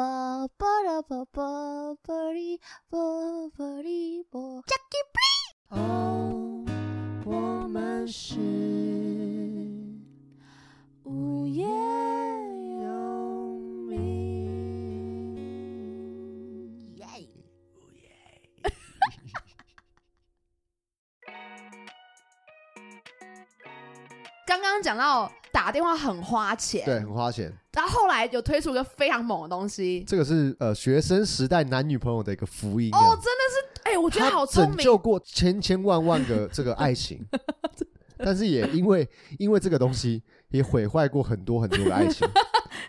啵啵啦啵啵啵哩啵啵哩啵，Jackie 哦，我们是无业游民。耶！刚刚讲到打电话很花钱，对，很花钱。然后后来有推出一个非常猛的东西。这个是呃学生时代男女朋友的一个福音啊哦，真的是，哎、我觉得他好聪拯明救过千千万万个这个爱 情，但是也因为因为这个东西也毁坏过很多很多的爱情，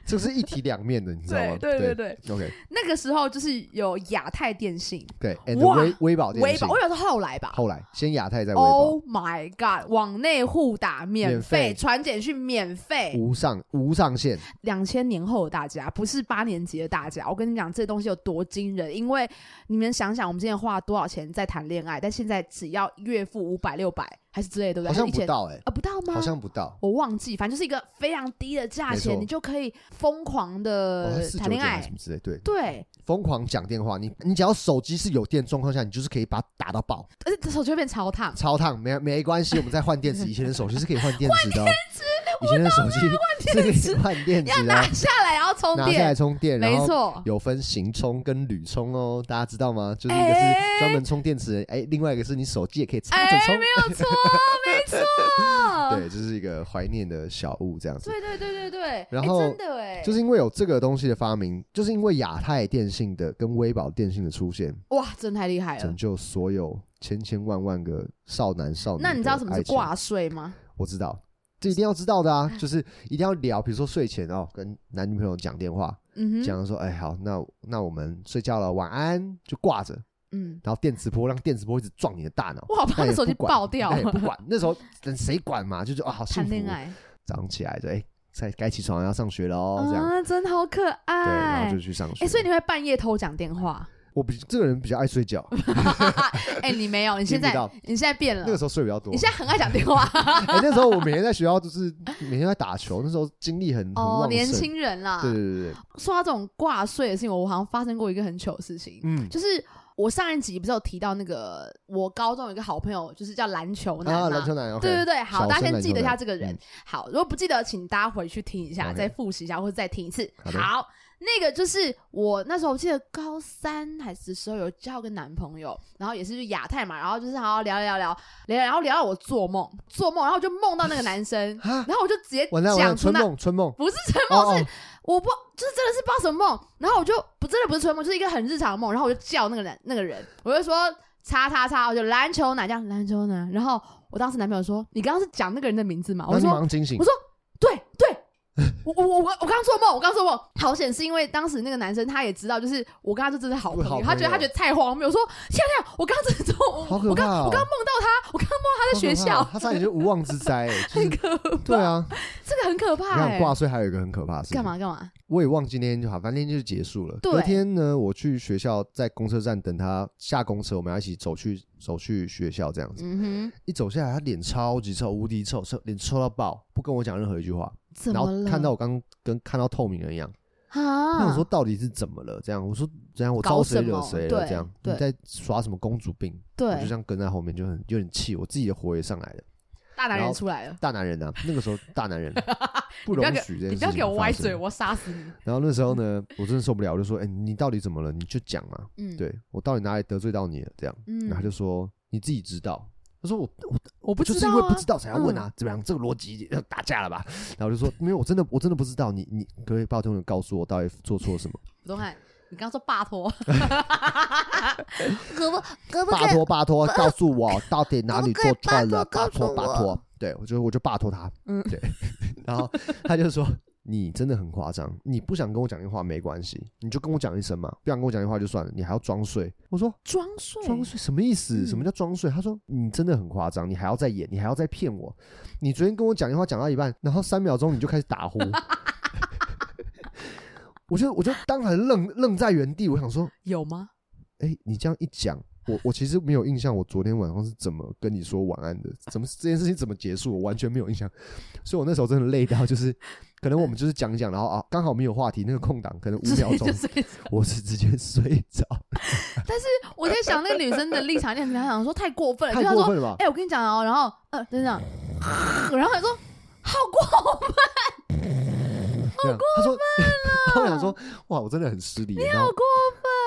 这是一体两面的，你知道吗？对对对对，OK，那个时候就是有亚太电信、对哇，and 微微保电微信保，，微保是后来吧后来先亚太再微保， ？Oh my god！网内互打免免费，费嗯传简讯免费，无上无上限，两千年后的大家，不是八年级的大家。我跟你讲，这东西有多惊人，因为你们想想，我们之前花了多少钱在谈恋爱，但现在只要月付五百、六百还是之类的，对不对？好像还是不1000到哎，啊，不到吗？好像不到，我忘记，反正就是一个非常低的价没钱，错你就可以疯狂的哦四呃九谈九恋还是爱什。么之类，对，对，疯狂讲电话，你你只要手机是有电状况下，你就是可以把它打到爆，而且手就会变超烫。超烫，没没关系，我们再换电池。以前的手机是可以换电池的、哦，以前的手机是可以换电要池的、拿哦，下来，然后充拿下来电，充电，然没后错，有分行充跟铝充哦，大家知道吗？就是一个哎是专门充电池的，哎、另外一个是你手机也可以插着哎，充。没有错， 没错，对，就是一个怀念的小物这样子。对对对对对，然哎后真的哎，就是因为有这个东西的发明，就是因为亚太电信的跟微保电信的出现，哇，真的太厉害了拯。救所有千千万万个少男少女。那你知道什么是？挂税吗？我知道，这一定要知道的啊，就是一定要聊，比如说睡前哦，跟男女朋友讲电话，嗯哼，讲说，哎，好，那那我们睡觉了，晚安，就挂着，嗯，然后电磁波让电磁波一直撞你的大脑，我好怕但也手机不管爆掉但，也不管，那时候等谁管嘛，就是 哦，好幸谈福，恋爱早上起来就哎，才该起床要上学了哦，这样，啊，真好可对，然后爱就。去上学。哎，所以你会半夜偷讲电话？我比这个人比较爱 睡觉，嗯哎，你没有，你现在听不到你现在变了那，个时候睡比较多你。现在很爱讲电 话。哎，那时候我每天在学校就是每天在打球，那时候精力很很哦，旺年盛。轻人啦。对对对对，说到这种挂税的事情，我好像发生过一个很糗的事情，嗯，就是我上一集不是有提到那个我高中有一个好朋友，就是叫篮球男啊，嘛。篮球男，OK，对对对，好，小大家生先篮记球得一下男这个人。嗯好，如果不记得，请大家回去听一下 OK 再复习一下，或者再听一次。好的，好，那个就是我那时候我记得高三还是时候有交个男朋友，然后也是去亚太嘛，然后就是好好聊聊聊聊，然后聊到我做梦，做梦，然后我就梦到那个男生 啊然后我就直接完蛋完讲蛋，出春那梦春梦，不是春哦梦，是哦我不就是真的是不知道什么梦，然后我就不真的不是春梦，就是一个很日常的梦，然后我就叫那个人那个人，我就说叉叉叉，我就篮球男这样篮球男，然后我当时男朋友说你刚刚是讲那个人的名字吗？然后我你马说上惊醒我，说对对。我我我我我刚做梦，我刚做梦，好险是因为当时那个男生他也知道，就是我跟他就真的是好朋好友，朋友他觉得他觉得太荒谬，我说天啊天啊，我刚刚真的做梦，好我可我刚怕哦我刚梦到他，我刚梦到他 在好学可怕校，他差点就无妄 之灾，哎就很是可怕， 对，啊。这个很可你怕、看欸，挂税还有一个很可怕的事情，干？嘛干嘛？我也忘记那天就好，反正那天就结束了。对那天呢，我去学校，在公车站等他下公车，我们要一起走去走去学校这样子。嗯哼，一走下来，他脸超级臭，无敌臭，臭脸臭到爆，不跟我讲任何一句话。怎然么后了？看到我刚跟看到透明人一样，啊，那我说到底是怎么了？这样我说怎样我搞招谁什么惹谁对了？这样对你在耍什么公主病？我就这对，样跟在后面，就很有点气，我自己的火也上来了。大男然人后出来了，大男人啊，那个时候大 男人不容要给许这件你事情不要给我发歪生嘴，我杀死你。然后那时候呢，我真的受不了，我就说：“哎、你到底怎么了？你就讲嘛。 嗯，对我到底哪里得罪到你了？这样。嗯，然后他就说：“你自己知道。”他说我：“我我不我就知是道因为啊不知道才要问啊，怎么样？这个逻辑要打架了吧？” 然后我就说：“没有，我真的我真的不知道。你你可不可以抱歉的告诉我到底做错什么？吴东汉，你刚刚说拜托，可不可不可拜以托拜托，告诉我到底哪里做错了？可拜不可以拜托托拜告诉托。”对，我就我就拜托他。嗯对。 然后他就说：“你真的很夸张，你不想跟我讲电话没关系，你就跟我讲一声嘛。不想跟我讲电话就算了，你还要装睡。”我说。装睡装睡什么意思？嗯什么叫装睡？他说你真的很夸张，你还要再演，你还要再骗我。你昨天跟我讲电话讲到一半，然后三秒钟你就开始打呼， 我就我就当场愣愣在原地。我想说，有吗？哎、你这样一讲，我我其实没有印象，我昨天晚上是怎么跟你说晚安的，怎么这件事情怎么结束，我完全没有印象。所以我那时候真的累到，就是可能我们就是讲一讲，然后啊刚好没有话题，那个空档可能五秒钟就，睡着我是直接睡着， 我在想那个女生的立场，一定很想说太过分了，太就她过说分了吧？哎、我跟你讲哦，然后，呃，就这样， 然后他说，好过分，哎这样啊他说，然后我想说，哇，我真的很失礼。然好后过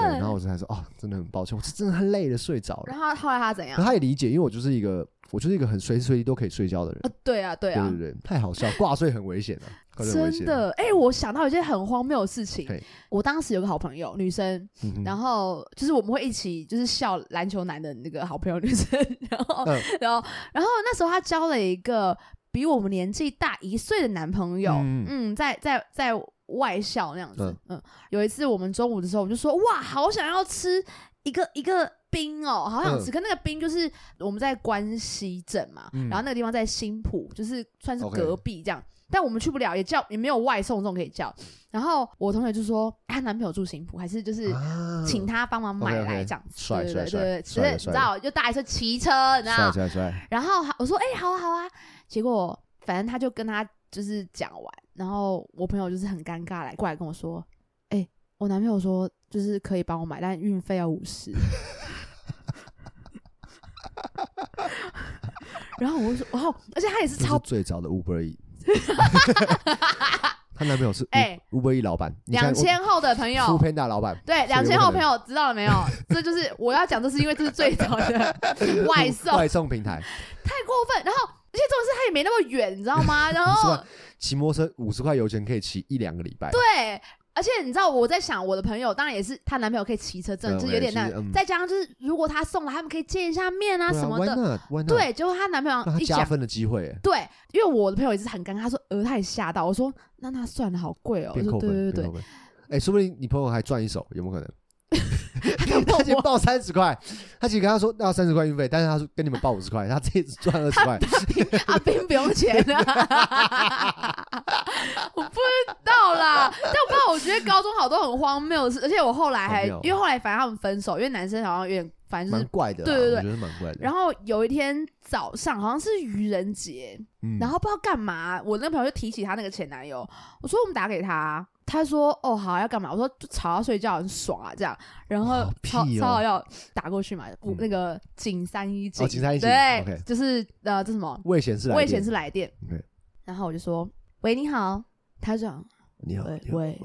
对，分然后我才说，哦，真的很抱歉，我是真的很累了，睡着然后了。后来他怎可样？他也理解，因为我就是一个，我就是一个很随时随地都可以睡觉的人。呃，对啊，对对啊，对对，太好笑，挂睡很危险啊，挂睡很危真险。的，哎、我想到一件很荒谬的事情嘿。我当时有个好朋友，女生，嗯哼，然后就是我们会一起就是笑篮球男的那个好朋友女生， 然后，嗯然后，然后那时候她交了一个比我们年纪大一岁的男朋友，嗯嗯在在在外校那样子，嗯有一次我们中午的时候，我就说哇，好想要吃一个一个冰哦，好想吃，可那个冰就是我们在关西镇嘛，嗯然后那个地方在新浦，就是算是 OK 隔壁这样。但我们去不了，也叫也没有外送这种可以叫。然后我同学就说，哎她男朋友住新浦，还是就是啊请他帮忙买 OK，OK，来这样子，帅对帅对对帅对，只是帅你知帅道，就大一岁骑车，你知帅道，帅帅，然后他我说哎、好啊好啊，结果反正他就跟他就是讲完，然后我朋友就是很尴尬来过来跟我说，哎、我男朋友说就是可以帮我买，但运费要五 十。然后我就说，哦，而且他也是这超是最早的 Uber E。她男朋友是哎 Uber E 老板，两千后的朋友， Food Panda 老板，对，所以两千有可后能朋友知道了没有？这就是我要讲，这是因为这是最早的 外送，外送平台，太过分。然后，而且重点是他也没那么远，你知道 吗？然五十后块，骑摩托车五十块油钱可以骑一两个礼拜。对，而且你知道我在想，我的朋友当然也是她男朋友可以骑车，真的嗯就我有也点是难。嗯再加上就是，如果她送了，他们可以见一下面啊对啊什么 why 的。 not？why not？对，结果她男朋让友他一加想，分的机会，哎对，因为我的朋友也是很尴尬，他说呃，他也吓到，我说那那算了，好贵哦。我变说扣对分，对对变对扣，分。哎，说不定你朋友还赚一手，有没有 可能？他敢他碰已经我，报三十块，他其实跟他说要三十块运费，但是他说跟你们报五十块，他这次赚二十块， 阿斌不用钱啊！ 我不知道啦，但我不知道，我觉得高中好多很荒谬的事，而且我后来还荒谬因为后来反正他们分手，因为男生好像有点反正就蛮是。怪的啦。对对对我觉得蛮怪的。然后有一天早上好像是愚人节，嗯然后不知道干嘛，我那朋友就提起她那个前男友，我说我们打给他，他说哦好啊要干嘛？我说就吵到睡觉很爽啊这样，然后好屁吵哦吵到要打过去嘛，我嗯那个井三一哦井三一井对 OK，就是呃这是什么？魏贤是来电，我以前是来电 OK，然后我就说喂你好，他就讲你好，喂你好喂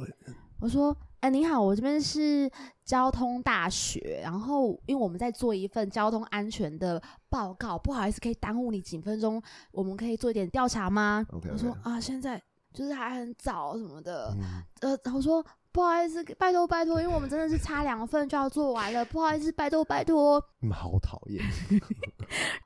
我说：“哎、你好，我这边是交通大学，然后因为我们在做一份交通安全的报告，不好意思，可以耽误你几分钟，我们可以做一点调查吗？” OK，我说：“啊，现在就是还很早什么的，嗯呃，我说不好意思，拜托拜托，因为我们真的是差两份就要做完了，不好意思，拜托拜托。”你们好讨 厌，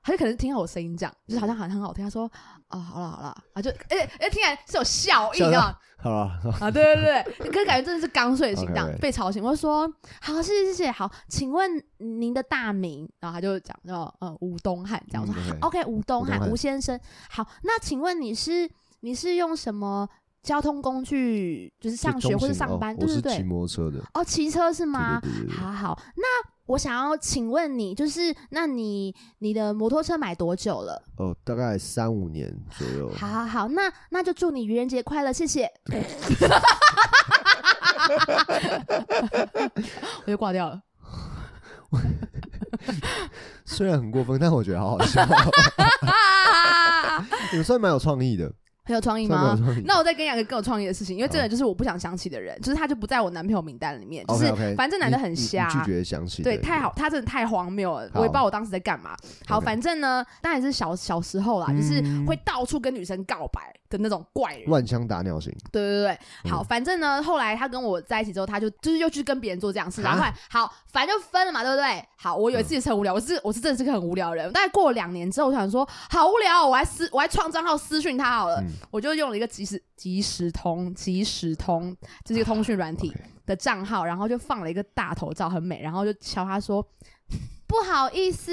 他就可能是听到我声音这样，就是好像好像很好听。他说：“啊，好了好了。”啊，就哎哎、听起来是有笑意笑的到啊，好了， 啊，对对对，可是感觉真的是刚睡醒，这样 OK，OK 被吵醒。我就说好，谢谢谢谢，好，请问您的大名？然后他就讲叫呃吴东汉，这样我说嗯 OK，，OK 吴东吴东汉，汉吴先生，好，那请问你是你是用什么交通工具？就是哦上学或者上班？哦我对是对骑对，摩托车的，哦，骑车是对吗？对对对对好好，那我想要请问你，就是那你你的摩托车买多久了？哦，大概三五年左右，好好好，那那就祝你愚人节快乐，谢谢。我就挂掉了。虽然很过分，但我觉得好好笑， 也算蛮有创 意的，很有创意算蛮吗有？创意。那我再跟你讲一个更有创意的事情，因为真的就是我不想想起的人，就是他就不在我男朋友名单里面，就是 OK OK，反正这男的很瞎。拒绝想起的对，人太好，他真的太荒谬了，我也不知道我当时在干嘛。好， OK 嗯反正呢，当然是小小时候啦，就是会到处跟女生告白的那种怪人。乱枪打鸟型，对对对，嗯好，反正呢，后来他跟我在一起之后，他就就是又去跟别人做这样的事，然后后来好，反正就分了嘛，对不对？好，我有一嗯次也是很无聊，我是我是真的是个很无聊的人。大概过了两年之后，我想说好无聊哦、我还私我还创账号私讯他好了，嗯我就用了一个即时即时通即时通，就是一个通讯软体啊 OK 的账号，然后就放了一个大头照，很美，然后就敲他说。 不好意思，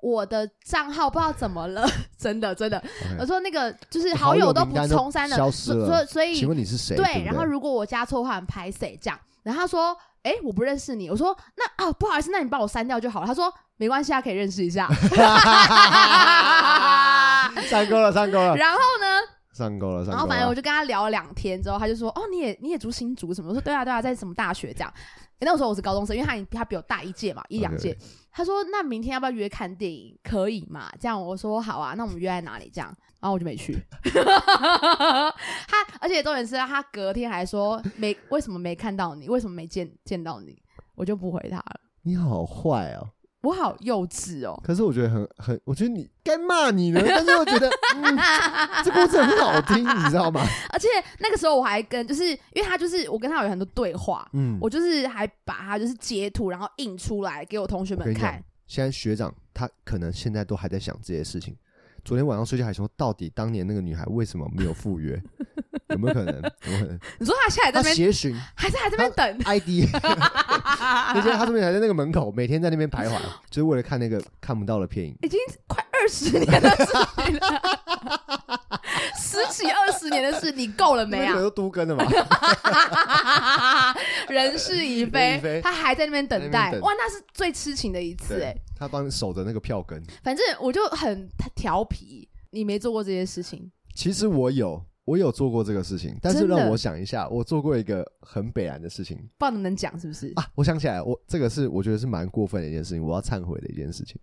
我的账号不知道怎么了， 真的真的，我 OK，说那个就是好好友友都名不单都冲删了，消失所了所所以请问你是谁？对，不然后如果我加错的话，很拍谁这样。然后他说哎、我不认识你。我说那啊，不好意思，那你把我删掉就好了。他说没关系啊，可以认识一下。 上钩了，上钩了，然后呢，上钩了，上钩了。然后反正我就跟他聊了两天之后，他就说哦，你也你也读新竹什么？我说对啊对啊，在什么大学这样。诶那时候我是高中生，因为他已他比我大一届嘛，一两届。他说那明天要不要约看电影？可以嘛？这样我说好啊，那我们约在哪里？这样，然后我就没去。 他而且重点是他隔天还说没为什么没看到你，为什么没见见到你？我就不回他了，你好坏哦！我好幼稚哦。 可是我觉得很很，我觉得你该骂你呢，但是我觉得、嗯、这故事很好 听，你知道吗？而且那个时候我还跟就是因为他就是我跟他有很多对话，嗯，我就是还把它就是截图，然后印出来给我同学我们跟你讲看。，现在学长他可能现在都还在想这些事情。昨天晚上睡觉还说，到底当年那个女孩为什么没有赴 约？有没有可能？有没有可能？你说他现在他在那边，协寻还是还在那边等？ ID，你 现在他这边还在那个门口，每天在那边徘徊，就是为了看那个看不到的片影。已经快二十年的事情了，十几二十年的事，你够了没那个 啊？都都跟的嘛，人事已人非已，非他还在那边等在那待。边等哇，那是最痴情的一次哎对！，他帮你守着那个票根。反正我就很调皮，你没做过这些事情，其实我有，我有做过这个事情，但是真的让我想一下，我做过一个很北然的事情不知道能不能讲是不是？啊！我想起来，我这个是我觉得是蛮过分的一件事情，我要忏悔的一件事情。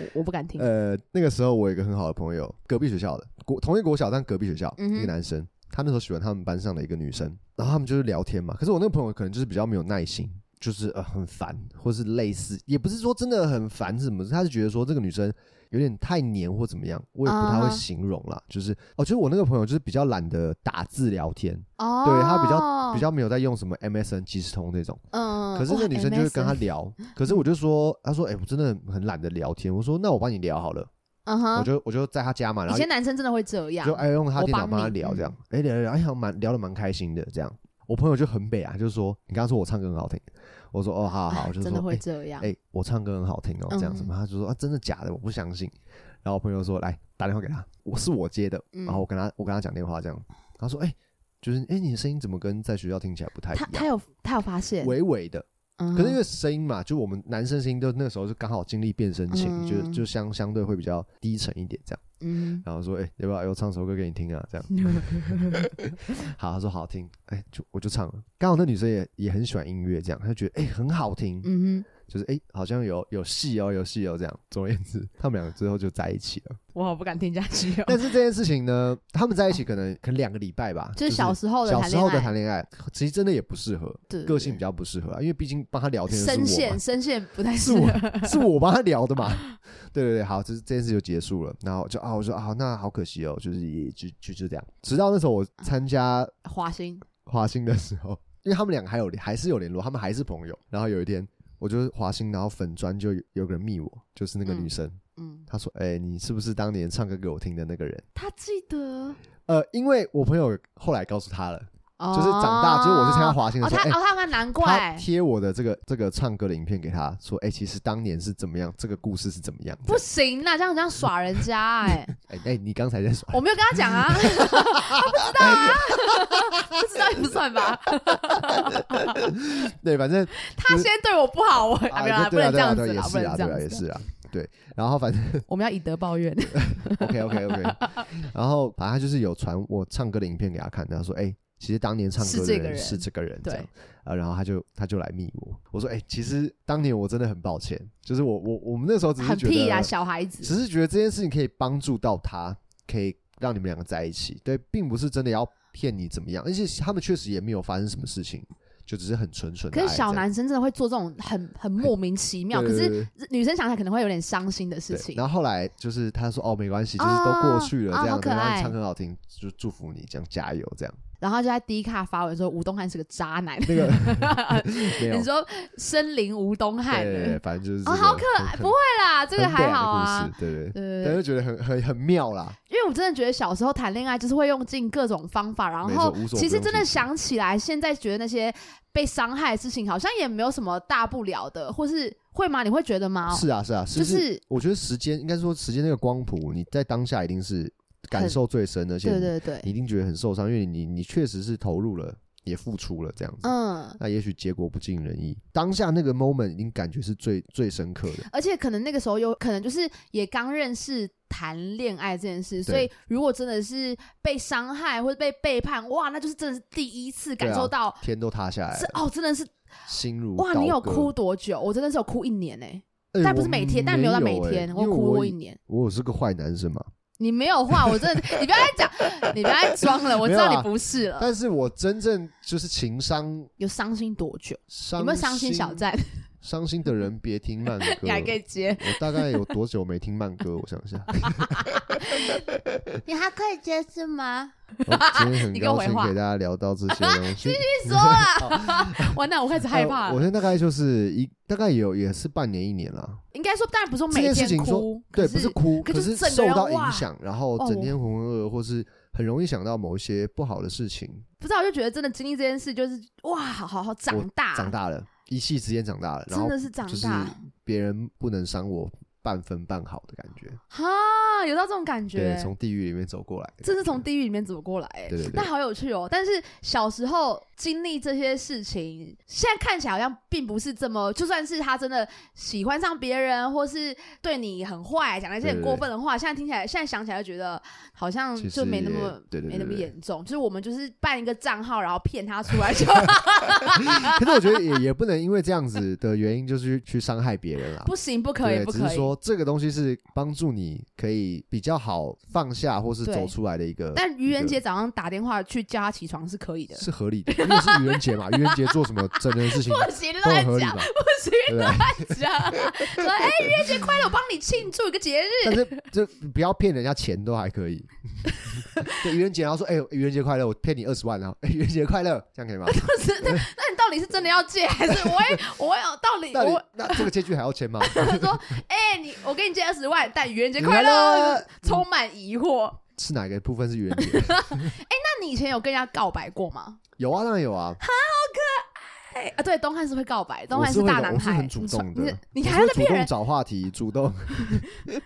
我我不敢听。呃，那个时候我有一个很好的朋友，隔壁学校的国同一国小，但隔壁学校、嗯哼一个男生，他那时候喜欢他们班上的一个女生，然后他们就是聊天嘛。可是我那个朋友可能就是比较没有耐心，就是呃很烦，或是类似，也不是说真的很烦是什么，他是觉得说这个女生有点太黏或怎么样，我也不太啊会形容啦。就是哦，就是我那个朋友就是比较懒得打字聊天，哦，对他比比较没有在用什么 MSN 即时通那种。嗯，可是那哇女生就会跟他 MSN 聊， 可是我就说，她说，哎、我真的很懒得聊天。我说，那我帮你聊好了。嗯我哼，就我就在他家嘛，然以后前男生真的会这样，就哎用他我电脑帮帮他你聊嗯这样，哎聊聊聊，哎好蛮聊的蛮开心的这样。我朋友就很北啊，就是说你刚刚说我唱歌很好听，我说哦好好好，我就真的说会哎这样。哎我唱歌很好听哦这样什嗯么，他就说啊真的假的我不相信，然后我朋友说来打电话给他，我是我接的，嗯然后我跟他我跟他讲电话这样，他说哎就是哎你的声音怎么跟在学校听起来不太他一他样，有他有发现，微微的，嗯可是因为声音嘛，就我们男生声音都那时候是刚好经历变声期，就嗯就相相对会比较低沉一点这样。嗯，然后说，哎、要不要我唱首歌给你听啊？这样， 好，他说好听，哎、就我就唱了。刚好那女生也也很喜欢音乐，这样，她就觉得哎、很好听，嗯哼，就是哎、好像有有戏哦，有戏哦，这样。总而言之，他们两个最后就在一起了。我好不敢听下去哦。但是这件事情呢，他们在一起可能可能两个礼拜吧，就是小时候的小谈时恋候爱，的谈恋爱，其实真的也不适合，对个性比较不适合啊，因为毕竟帮他聊天的是我声嘛线声线不太是适 我合。是我帮他聊的嘛？ 对对对，好，这这件事就结束了。然后就啊，我说啊，那好可惜哦，就是也就就就这样。直到那时候嗯我参加花心，华兴的时候， 因为他们两个还有还是有联络，他们还是朋友。然后有一天，我就是华兴，然后粉砖就有有个人密我，就是那个女生，嗯，她说：“哎、你是不是当年唱歌给我听的那个人他记得，？”呃，因为我朋友后来告诉他了，就就是长大，就是我去参加华兴的哦，时候，他哎、哦，他看难他怪，贴我的这个这个唱歌的影片给他说，哎、其实当年是怎么样，这个故事是怎么样。不行啦，这样这样耍人家 哎，哎、哎、你刚才在说，我没有跟他讲啊，他不知道哎啊，不知道也不算 吧， 对，反正他先对我不好，我啊没有啊，啦，不对能啊，这对啊，样子对啊，也啦，不是能这啊，对啊，样也子啦，是啊，对。然 后反正我们要以德报怨， OK，OK，OK。然后反正他就是有传我唱歌的影片给他看，他说，哎、其实当年唱是歌这的个人人是这个人，这对样。啊，然后他就他就来密我，我说，哎、其实当年我真的很抱歉，就是我我我们那时候只是很觉屁啊，得，小孩子，只是觉得这件事情可以帮助到他，可以让你们两个在一起，对，并不是真的要骗你怎么样，而且他们确实也没有发生什么事情，就只是很纯纯的可爱这样。是小男生真的会做这种很很莫名其妙，对可对是对女生想起来可能会有点伤心的事对，情。然后后来就是他说哦，没关系，就是都过去了哦这样好子，可然后你爱唱歌很好听，就祝福你这样加油这样。然后就在第一卡发文说吴东汉是个渣男，那个 没有你，说身临吴东对汉对对，了，反正就是哦这个好可爱很不会啦，这个很北还兰的好啊故。事对对。对对，但是觉得很很很妙啦，因为我真的觉得小时候谈恋爱就是会用尽各种方法，然没后错无所其不实用真的其极想起来，现在觉得那些被伤害的事情好像也没有什么大不了的，或是会吗？你会觉得吗？是啊是啊，是就是是我觉得时间应该说时间那个光谱，你在当下一定是感很受最深，而且对你对对你一定觉得很受伤，因为你你确实是投入了也付出了这样子。嗯，那也许结果不尽人意，当下那个 moment 已经感觉是最最深刻的。而且可能那个时候有可能就是也刚认识谈恋爱这件事，所以如果真的是被伤害或者被背叛，哇，那就是真的是第一次啊感受到天都塌下来是了，哦，真的是心如哇！哎刀你有割哭？多久？我真的是有哭一年呢、哎但不我是每天，但没有到每天，欸我因为哭我过一以年。我是个坏男生嘛，你没有话，我真的，你不要再讲，你不要再装了，我知道没有你啊不是了。但是我真正就是情商有伤心多久？伤有没有伤心小站？伤心的人别听 慢歌你。还可以 接？我大概有多久没听慢歌？我想一下， 你还可以接是吗？我今天 很你给我高回兴话给大家聊到这些 东西。说了，完蛋，我开始害呃怕我了。现在大概就是一大概有也是半年一年啦。应该说，当然不是说这每件事天情哭说，对，可不是哭，可可是是整个受人到哇影响，然后哦整我天浑浑噩噩，或是很容易想到某一些不好的事情。不知道，我就觉得真的经历这件事，就是哇，好好好长我大，长，大了，一夕之间长大了，然真后的是长就是大别人不能伤我半分半好的感觉。哈，有到这种感对觉，，从地狱里面走过来的感觉，这是从地狱里面走过来、欸对对对但，好有趣哦！但是小时候经历这些事情，现在看起来好像并不是这么，就算是他真的喜欢上别人，或是对你很坏，讲了一些对很对过分的话，现在听起来，现在想起来就觉得好像其就实没那也么。对对没对那么对对严重，就是我们就是办一个账号，然后骗他出 来就 可是我觉得也也不能因为这样子的原因，就是去伤害别人啦。不行，不可以，对，不只可是以。说这个东西是帮助你可以比较好放下，或是对走出来的一个。但愚人一个节早上打电话去叫他起床是可以的，是合理的，因为是愚人节嘛，愚人节做什么整人的事情 不行都乱很合理讲，吧？不行对不对？乱讲。 说哎，愚人节快乐，我帮你庆祝一个节日。但是就不要骗人家钱都还可以。 对，愚人节然后说，哎、愚人节快乐，我骗你二十万啊，哎愚人节快乐，这样可以吗？不是，那那你到底是真的要借，还是我也我也有道理？那你我那这个结局还要钱吗？ 他说，哎、你我给你借二十万，但愚人节快乐，嗯就是充满疑惑。是哪个部分是愚人节？ 那你以前有跟人家告白过吗？有啊，当然有啊，哎、啊，对，东汉是会告白，东我汉是会大的男我是孩，很主你动你的你我还要是再主骗动人，找话题，主动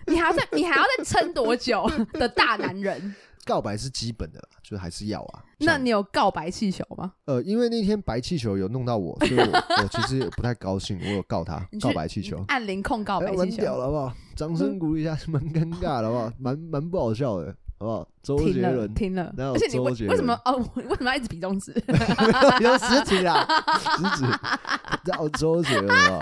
你还要再你还要再撑多久 的大男 人？告白是基本的啦，就是还是要啊。那像你有告白气球吗？呃，因为那天白气球有弄到我，所以我 我其实不太高兴，我有告他你去告白气球。按铃控告哎白蛮气屌球，嗯了好不好？掌声鼓励一下，蛮尴尬的好不好？蛮蛮不好笑的好不好？周杰停了伦停了，哪有而且你为周杰伦为什么 哦？我为什么要一直比中指？ 有实体啦，食 指叫周杰伦啊。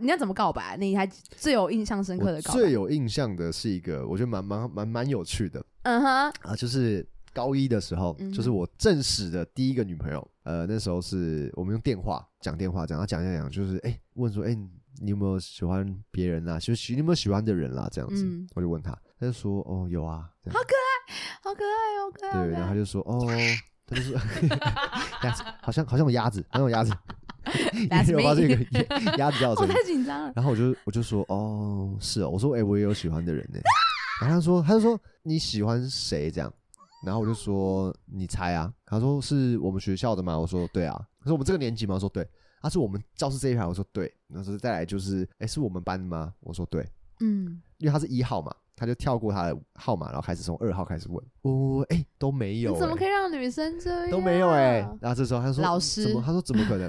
你要怎么告白？你还最有印象深刻我的告最白？有印象的是一个，我觉得蛮蛮蛮蛮有趣的嗯哼，啊，就是高一的时候，嗯就是我正式的第一个女朋友。呃，那时候是我们用电话讲电话，讲她讲讲讲，就是哎、问说哎、你有没有喜欢别人啊？就是喜你有没有喜欢的人啦、啊这样子，嗯我就问她，她就说哦有啊，这样好可爱，好可爱。好可对，然爱后他就说哦，他就说 鸭子，好像好像有鸭子，好像有鸭子， That's 因为我发现 me 有鸭鸭子叫我声音哦太紧张了。然后我就我就说哦是哦，我说哎、我也有喜欢的人呢、然后他说他就说你喜欢谁这样，然后我就说你猜啊，他说是我们学校的嘛，我说对啊，他说我们这个年级吗？我说对，他、说我们教室这一排，我说对，然后说再来就是哎、是我们班的吗？我说对，嗯，因为他是一号嘛。他就跳过他的号码，然后开始从二号开始问，哦，哎、都没有、你欸，怎么可以让女生这样？啊都没有哎、然后这时候他说老嗯师怎么？他说怎么可 能？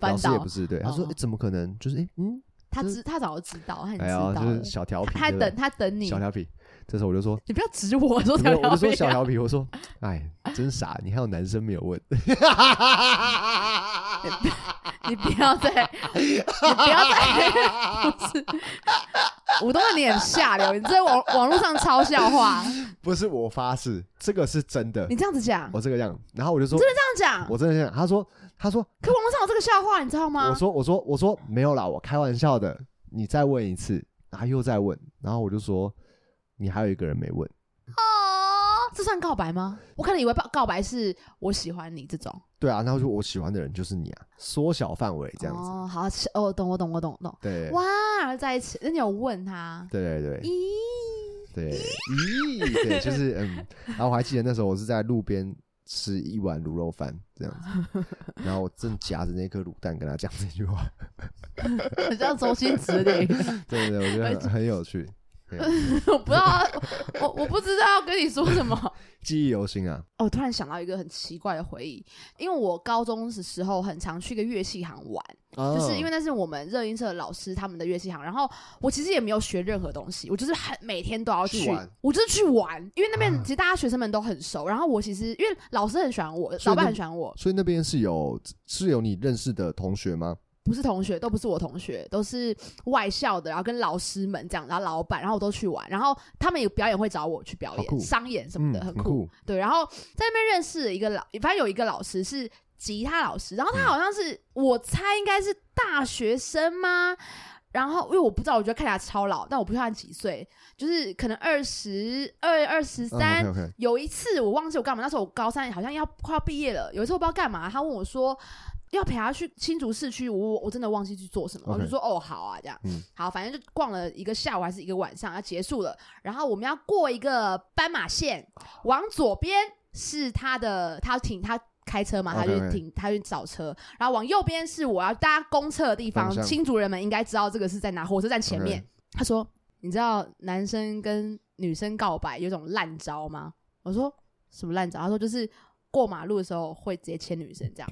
班老师也导不，是对，他说、哦欸怎么可能？就是哎、欸嗯，他知他早就知道，他很知哎呀，道就了是。小调皮，他对不对等他等你小，调皮。这时候我就说，你不要指我说没小有，我调就说小皮。调皮，我说哎，真傻，你还有男生没有问？ 你不要再， 你不要再，不是。吴东，你很下流，你在网网络上抄笑话，不是我发誓，这个是真的你，这样子讲，我这个样。然后我就说，这样讲，我真的这样。他说，他说，可网络上有这个笑话，你知道我吗？说，我说，我说没有啦，我开玩笑的。你再问一次，然后又再问，然后我就说，你还有一个人没问。哦，这算告白吗？我可能以为告告白是我喜欢你这种。对啊，然后就我喜欢的人就是你啊，缩小范围这样子。嗯哦，好，是哦，懂，我懂，我懂，我懂。对，哇，然后在一起，那你有问他？对对对咦，对，咦，对，就是嗯，然后我还记得那时候我是在路边吃一碗卤肉饭这样子，然后我正夹着那颗卤蛋跟他讲这句话，很像周星驰的电影。 对对对，我觉得很很有趣。我不知道，我我不知道要跟你说什么。记忆犹新啊。哦，突然想到一个很奇怪的回忆，因为我高中的时候很常去一个乐器行玩，嗯就是因为那是我们热音社的老师他们的乐器行，然后我其实也没有学任何东西，我就是很每天都要去去，玩我就是去玩，因为那边啊其实大家学生们都很熟，然后我其实因为老师很喜欢我，所老以那板很喜欢我，哦所以那边是有是有你认识的同学吗？不是同学，都不是我同学，都是外校的，然后跟老师们这样，然后老板，然后我都去玩，然后他们有表演会找我去表好酷演商演什么的，嗯很很酷。对，然后在那边认识了一个老，反正有一个老师是吉他老师，然后他好像是、我猜应该是大学生吗？然后因为我不知道，我觉得看起来超老，但我不知道他几岁，就是可能二十二、二嗯十三。 o k OK，有一次我忘记我干嘛，那时候我高三好像要快要毕业了，有一次我不知道干嘛，他问我说。要陪他去新竹市区，我我真的忘记去做什么 OK 我就说哦好啊这样，嗯好反正就逛了一个下午还是一个晚上，要结束了，然后我们要过一个斑马线，往左边是他的，他停他开车嘛，他就 OK，OK 停他去找车，然后往右边是我要搭公厕的地方方，向新竹人们应该知道这个是在哪，火车站前面。 OK 他说：“你知道男生跟女生告白有种烂招吗？”我说：“什么烂招？”他说：“就是过马路的时候会直接牵女生这样。”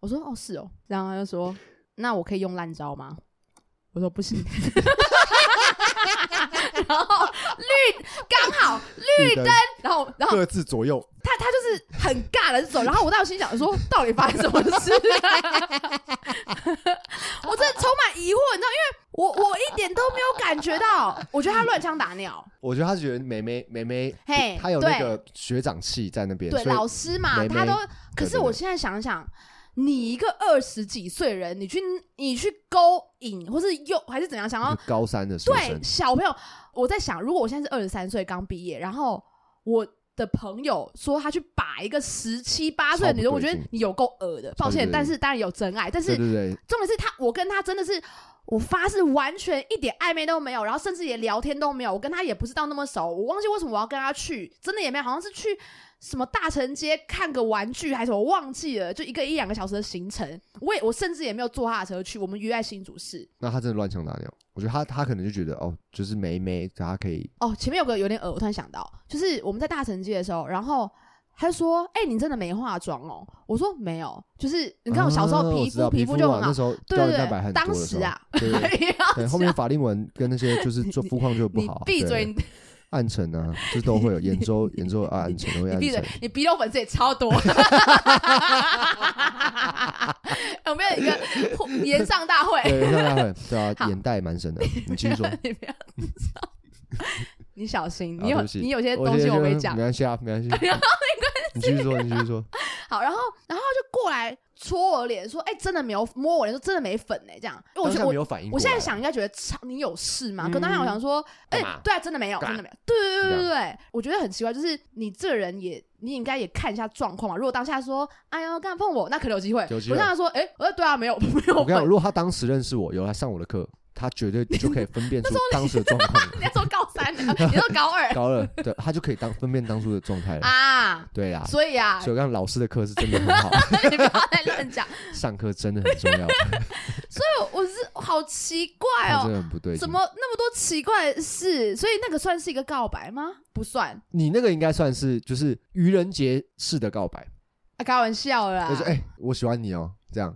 我说：“哦，是哦。”然后他就说：“那我可以用烂招吗？”我说：“不行。” 然后绿刚好绿灯，然后然后各自左右，他他就是很尬的走，然后我当时心想说，到底发生什么事、 我真的充满疑惑，你知道，因为我我一点都没有感觉到，我觉得他乱枪打鸟，我觉得他觉得妹妹妹妹，嘿她有那个学长气在那边，对嗯所以老师嘛，妹妹他都。可对是我对对现在想想，你一个二十几岁的人，你去你去勾引，或是诱还是怎样，想要一个高三的学对生，小朋友，我在想，如果我现在是二十三岁刚毕业，然后我的朋友说他去把一个十七八岁的女生，超不我对觉得劲你有够恶的，超抱不对歉，劲但是当然有真爱，但是对对对，重点是他，我跟他真的是。我发誓，完全一点暧昧都没有，然后甚至也聊天都没有。我跟他也不是到那么熟，我忘记为什么我要跟他去，真的也没有，好像是去什么大城街看个玩具还是什么，我忘记了，就一个一两个小时的行程。我也我甚至也没有坐他的车去，我们约在新竹市。那他真的乱枪打鸟，我觉得他他可能就觉得哦，就是妹妹，他可以哦，前面有个有点恶，我突然想到，就是我们在大城街的时候，然后他就说：“哎、你真的没化妆哦？”我说：“没有，就是你看我小时候啊皮我知肤、道皮皮肤就啊很好那，时候对胶对原蛋白对，很多当的时时候，啊， 对对对对，后面法令纹跟那些就是做肤况就不你好，啊闭嘴，对，你暗沉啊，这都会有眼 周眼周啊暗沉都会你暗闭嘴 沉，，你鼻窦粉刺也超 多。有没有一个互演上大会？对，对对对哎好啊，眼袋蛮深 的，你继续说。你不要， 你小心，啊你有对不起你有些觉东得西我 就没讲没。关系啊，没关系，你继续说，你继续说，好，然后然后他就过来戳我脸，说：“哎、真的没有摸我脸，说真的没粉哎、这样。”因为我觉当下得没我有反应过我来，现在想应该觉得操，你有事吗？可嗯当下我想说，哎、干嘛对啊，真的没有，干真的没有。对对对对对对，我觉得很奇怪，就是你这个人也，你应该也看一下状况嘛。如果当下说，哎呦，干嘛碰我，那可能有机会。有机我会当下说，哎、我说对啊，没有没我有跟你讲，粉。如果他当时认识我，有来上我的课，他绝对就可以 分辨出当时的状况你。要说高三，你说高二高了，对，他就可以当分辨当初的状态了。啊？对啦，所以啊，所以我让老师的课是真的 很好，你不要再乱讲。上课真的很重 要，我我是好奇怪他哦真，的很不对劲怎。么那么多奇怪的事？所以那个算是一个告白吗？不算，你那个应该算是就是愚人节式的告白，啊、开玩笑啦就。是哎，我喜欢你哦，这样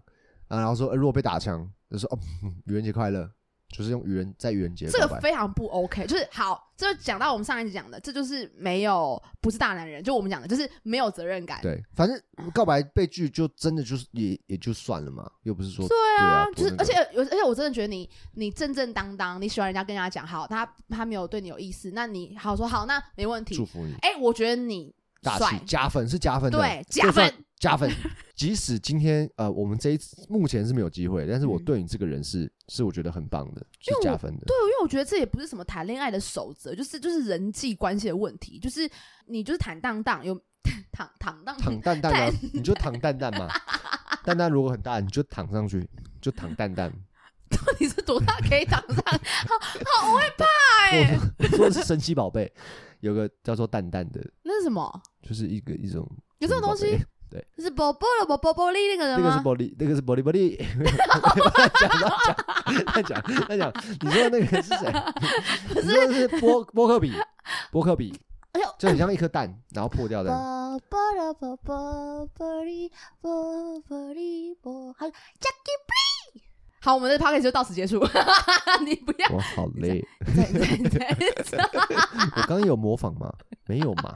啊，然后说呃如果被打枪，就说哦， 嗯愚人节快乐，就是用愚人在愚人节这告个白。非常不 OK，就是好，这就讲到我们上一集讲的，这就是没有不是大男人，就我们讲的，就是没有责任感。对，反正告白被拒就真的就是也也就算了嘛，又不是说对啊，对啊就是不而那个且有，而且我真的觉得你你正正当当，你喜欢人家跟人家讲好，他他没有对你有意思，那你好说好，那没问祝题。福你。哎、我觉得你大帅气，加分是加分的，对就加算分加 分。即使今天呃，我们这一次目前是没有机会，但是我嗯对你这个人是、是我觉得很棒的，是因为我加分的。对，因为我觉得这也不是什么谈恋爱的守则，就是就是人际关系的问题，就是你就是坦荡荡，有 坦坦荡 躺蛋蛋啊，你就躺蛋蛋嘛。蛋蛋如果很大，你就躺上去，就躺蛋蛋。你是多大可以躺上？好好，我会怕哎、我说的是神奇宝贝，有个叫做蛋蛋的， 那是什么？就是一个一种有这种东西神奇宝贝对，是波波了波波波利那个人那个是吗？ body，那个是 body body，乱讲乱讲乱讲乱讲，你说的那个是谁？你说的是波波克比，波克比哎呦，就很像一颗蛋，然后破掉的。啵啵啦啵啵啵哩啵啵哩啵，好，Jackie 好，我们的 p o c k e t 就到此结束。 你不要 我好累，对对对，我刚刚有模仿吗？没有嘛，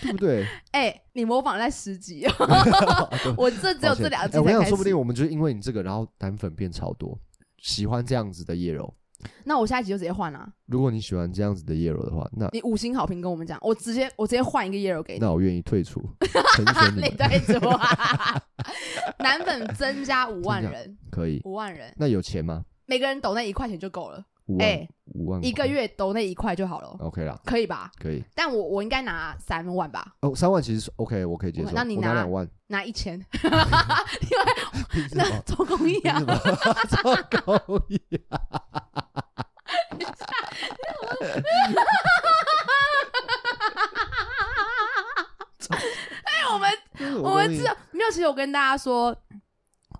对不对？ 哎，你模仿在十集，哦对我这只有抱歉这两集哎我才想开说不始定。我们就是因为你这个，然后单粉变超多，喜欢这样子的叶柔。那我下一集就直接换啦，如果你喜欢这样子的叶柔的话，那你五星好评跟我们讲，我直接我直接换一个 Yellow 给你。那我愿意退出，成全 你累们，对主啊，男粉增加五万增加人，可以。五万人，那有钱吗？每个人抖那一块钱就够了，五万嗯哎，五万一个块月抖那一块就好了， ，OK 啦，可以吧？可以。但我我应该拿三万吧，哦，三万其实是 OK，我可以接受。那你我拿拿两万，拿一 千，凭什 那么？做公益凭啊什， 么？ 超高一啊！哎我们这是我跟们你知道没有？其实我跟大家说。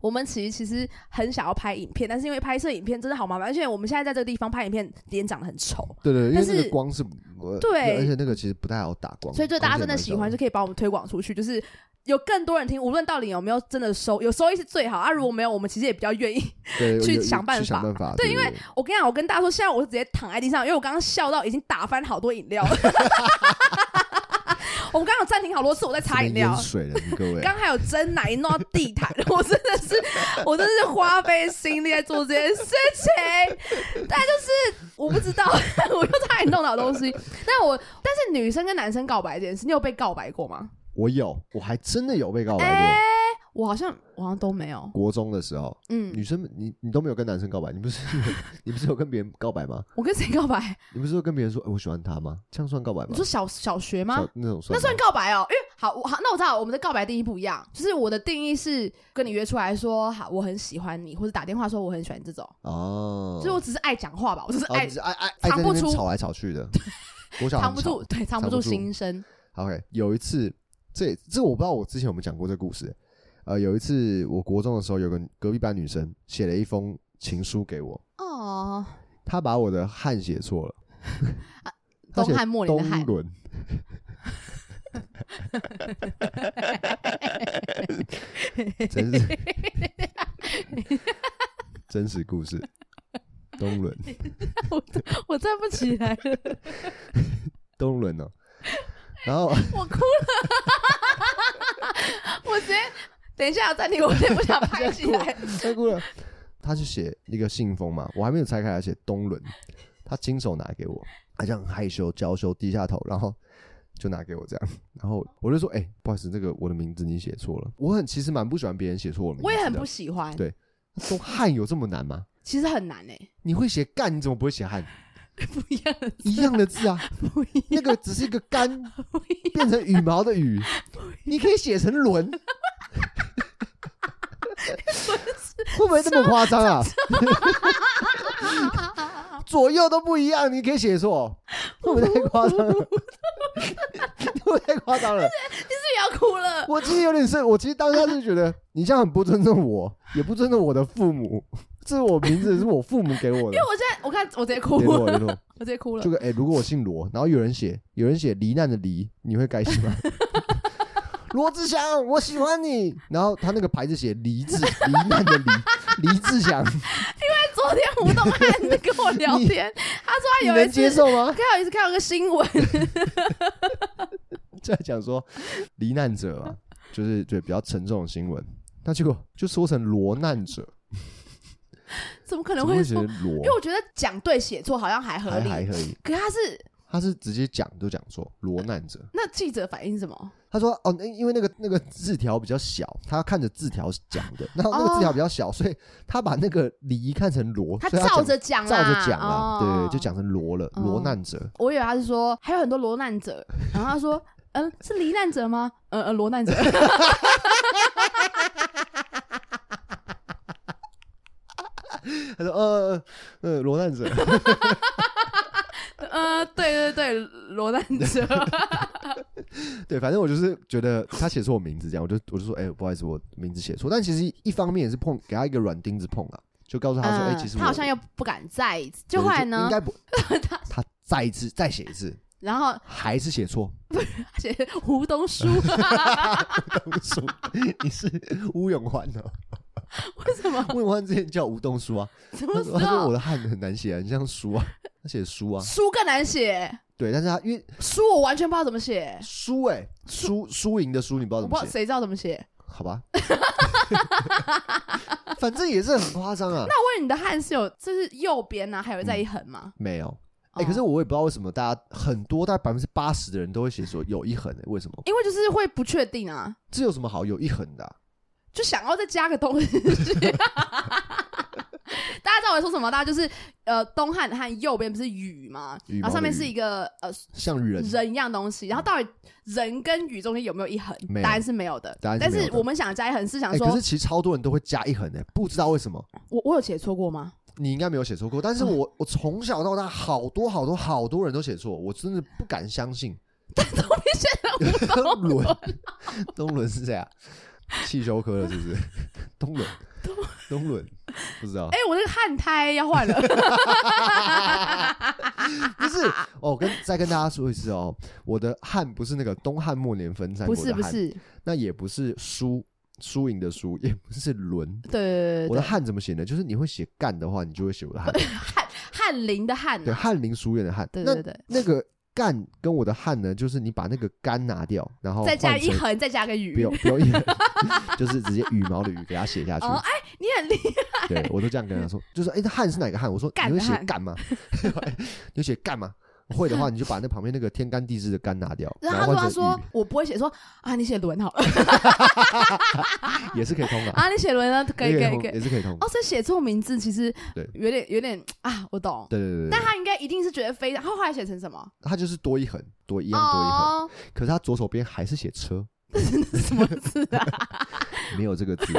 我们其实其实很想要拍影片，但是因为拍摄影片真的好麻烦，而且我们现在在这个地方拍影片，脸长得很丑，对对，因为但那是个光是呃对而且那个其实不太好打光，所以就大家真光线的蛮喜小欢，就可以把我们推广出去，就是有更多人听。无论到底有没有真的收，有收益是最好啊。如果没有，我们其实也比较愿意。对去有有想办去法想办法。对对，因为我跟你讲，我跟大家说，现在我直接躺在地上，因为我刚刚笑到已经打翻好多饮料了。 我们刚刚有暂停好多次，我在什么擦饮料淹。水了，你各 位。刚还有蒸奶弄到地毯，我真的是，我真的是花费心力在做这件事情，但就是我不知道， 我又差点弄到东西。但我但是女生跟男生告白这件事，你有被告白过吗？我有，我还真的有被告哎白我好像我好像都没有，过。国中的时候，嗯，女生们你你都没有跟男生告白，你不是 你不是有跟别人告白吗？我跟谁告白？你不是有跟别人说、哎我喜欢他吗？这样算告白你吗说？小小学吗小？那种算那吗算告白哦，因为好，我好，那我知道我们的告白定义不一样，就是我的定义是跟你约出来说，好，我很喜欢你，或者打电话说我很喜欢你这种，哦，就是我只是爱讲话吧，我就是哦爱你是爱爱爱在藏不那边出吵来吵去的，我小藏很不吵住，。对，藏不藏住不住心声， OK，有一次，这这我不知道我之前有没有讲过这故事。呃，有一次我国中的时候，有个隔壁班女生写了一封情书给我，哦，她把我的汉写错了，她啊东写汉末年的东汉伦，真是真实故事，东伦， 我站不起来 了，东伦哦。 然后 我哭了，我直接。等一下，暂停！我有点不想拍起来。太酷了，他就写一个信封嘛，我还没有拆开，他写东伦，他亲手拿给我，他这样很害羞娇羞低下头，然后就拿给我这样，然后我就说，哎、不好意思，这个我的名字你写错了，我很其实蛮不喜欢别人写错我的名字我的，也很不喜欢，对懂汉有这么难吗？其实很难哎、你会写干，你怎么不会写汉？ 不一样的，一样的字啊，不一样那个只是一个 干，变成羽毛的羽，你可以写 成轮。会不会这么夸张啊？ 左右都不一样，你可以写错，会不会太夸张了？ 会不会太夸张了？是要哭了。我其实有点生，我其实当下就觉得你这样很不尊重我，也不尊重我的父母。这是我名字，是我父母给我的因为。我现在我看我直接哭联络了，联络，我直接哭了就。跟哎、如果我姓罗，然后有人写有人写罹难的罹，你会开心 吗？罗志祥，我喜欢你。然后他那个牌子写黎志，罹难的黎，黎志祥，昨天吴东汉在跟我聊天，他说他你有一能接次，受吗？ 他有一次看到一个新闻， 在讲说罹难者嘛，就是对比较沉重的新闻，那结果就说成罗难者，怎么可怎能么会会写说？因为罗？我觉得讲对写错好像还合还理，还可以，可他是他是直接讲都讲错罗难者。那记者反应是什么？他说：“哦，那因为那个那个字条比较小，他看着字条讲 的，然后那个字条比较小，所以他把那个梨看成罗，哦他所以照讲着讲啦，照着讲啊，对对，哦对就。讲成罗了，哦罗难者。我以为他是说还有很多罗难者，然后他说。嗯，是罹难者吗？嗯嗯，罗难者。 他说：呃呃，罗难 者，呃，对对对，罗难者。对，反正我就是觉得他写错我名字，这样我就我就说，哎、不好意思，我名字写错。但其实一方面也是碰给他一个软钉子碰啊，就告诉 他说，哎、嗯其实他我好像又不敢再一次，对就后来应呢，该 不，他再一次再写一次，然后还是写错。 他写吴东 书，吴叔，你是 吴永欢哦？为什 么？吴永欢之前叫吴东书啊，什他么说时他说我候？的汉很难写，很像书啊，他写书啊，书更难写，对，但是他因为书我完全不知道怎么写，输哎、输输赢的输，你不知道我怎不么知道写？谁知道怎么写。好吧， 反正也是很夸张啊。那问你的汉是有，这是右边呢，还有在一横吗？没有，嗯哎、哦可是我也不知道为什么大家很多，大概百分之八十的人都会写说有一横、欸，为什么？因为就是会不确定啊，这有什么好有一横的啊、就想要再加个东西。 大家知道我在说什么？大家就是呃，东汉的汉右边不是雨吗？羽毛的然后上面羽是一个呃像人人一样东西，然后到底人跟雨中间有没有一横没？有答案是没有的。答案是但没有是的我们想加一横是想哎、啊说，可是其实超多人都会加一横哎、不知道为什么。我我有写错过吗？你应该没有写错过，但是嗯我、我从小到大好多好多好多人都写错，我真的不敢 相信。 东伦，东伦是谁啊？汽修科的是不 是？东伦，东伦，不知道哎、。我那个汗胎要换了，哎 不是哦，跟再跟大家说一次哦，我的汉不是那个东汉末年分三不国的是 汉，不是，那也不是输输赢的输，也不是伦。对对对我对对，的汉怎么写呢？就是你会写干的话，你就会写我的汉，汗汗淋的汗、对，啊，翰林书院的汉。对那对对，那个干跟我的汉呢，就是你把那个干拿掉，然后再加哦换成一横，再加个雨不。用不用 一横，就是直接羽毛的羽给它写下去。哦，哎、你很厉害，对我都这样跟他说，就说哎，这汉是哪个汉？我说干你的会写汉干吗？ 你会写干吗？会的话，你就把那旁边那个天干地支的干拿掉，然后后他说他换成说我不会写，说啊你写轮好 了，雨， 也是可以通的，啊你写轮呢可以也可通以可以，也是可以通哦。所以写错名字其实对有点有点啊我懂，对对对对但对，他应该一定是觉得非常，他后来写成什么？他就是多一横，多一样多一横，哦， 可是他左手边还是写车，什么字啊？没有 这个字，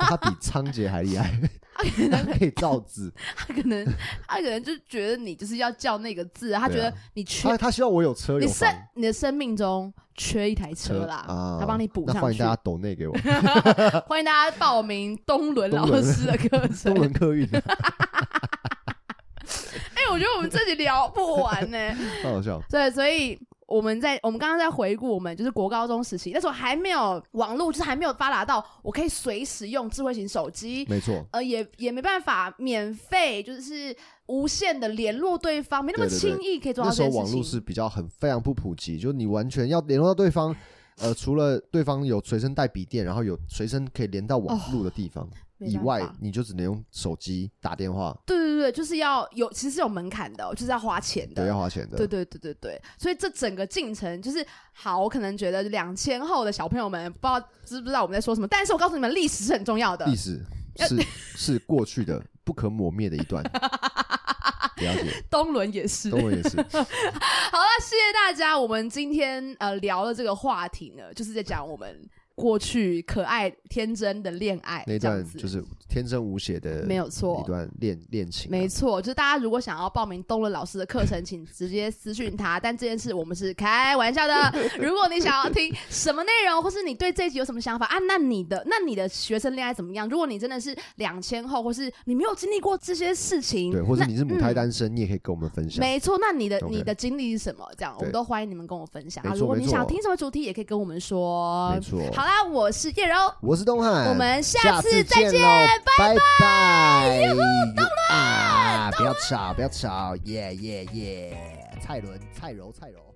他比仓颉还厉害， 他可以造字。他可能他可能就觉得你就是要叫那个字啊，他觉对啊得你缺、他他希望我有车你有生房。你的生命中缺一台车啦，啊他帮你补那上欢去迎大。家抖内给我 欢迎大家报名东伦老东伦师的课中程。文客运，啊 哎、我觉得我们这集聊不完 呢、太好 笑。对，所以我们在我们刚刚在回顾我们就是国高中时期，那时候还没有网络，就是还没有发达到我可以随时用智慧型手机，没错，呃，也也没办法免费，就是无限的联络对方，没那么对对对轻易可以做到那这时候件事情。网络是比较很非常不普及，就是你完全要联络到对方，呃， 除了对方有随身带笔电，然后有随身可以连到网络的地方哦没以办外法，你就只能用手机打电话，对对对，就是要有，其实有门槛的哦、就是要花钱对，的。要花钱的。对对对对对，所以这整个进程就是好，我可能觉得两千后的小朋友们不知道知不知道我们在说什么，但是我告诉你们，历史是很重要的历。史 是是过去的不可磨灭的 一段，了解，东伦也是。中文 也是。好了，谢谢大家，我们今天呃聊的这个话题呢，就是在讲我们过去可爱天真的恋爱那这样段子就是天真无邪的，没有错一段恋恋情啊，没错，就是大家如果想要报名东伦老师的课程，请直接私讯他。但这件事我们是开玩 笑的。如果你想要听什么内容，或是你对这一集有什么想法啊，那你的那你的学生恋爱怎么样？如果你真的是两千后，或是你没有经历过这些事情，对，或者那嗯你是母胎单身，你也可以跟我们分享。没错，那你的 OK 你的经历是什么？这样我们对都欢迎你们跟我分享没啊。错如果你没错想听什么主题，也可以跟我们说没。错。好啦，我是叶柔，我是东汉，我们下次再见见喽，拜拜。啊，不要吵，不要吵，耶耶耶！蔡伦，蔡柔，蔡柔。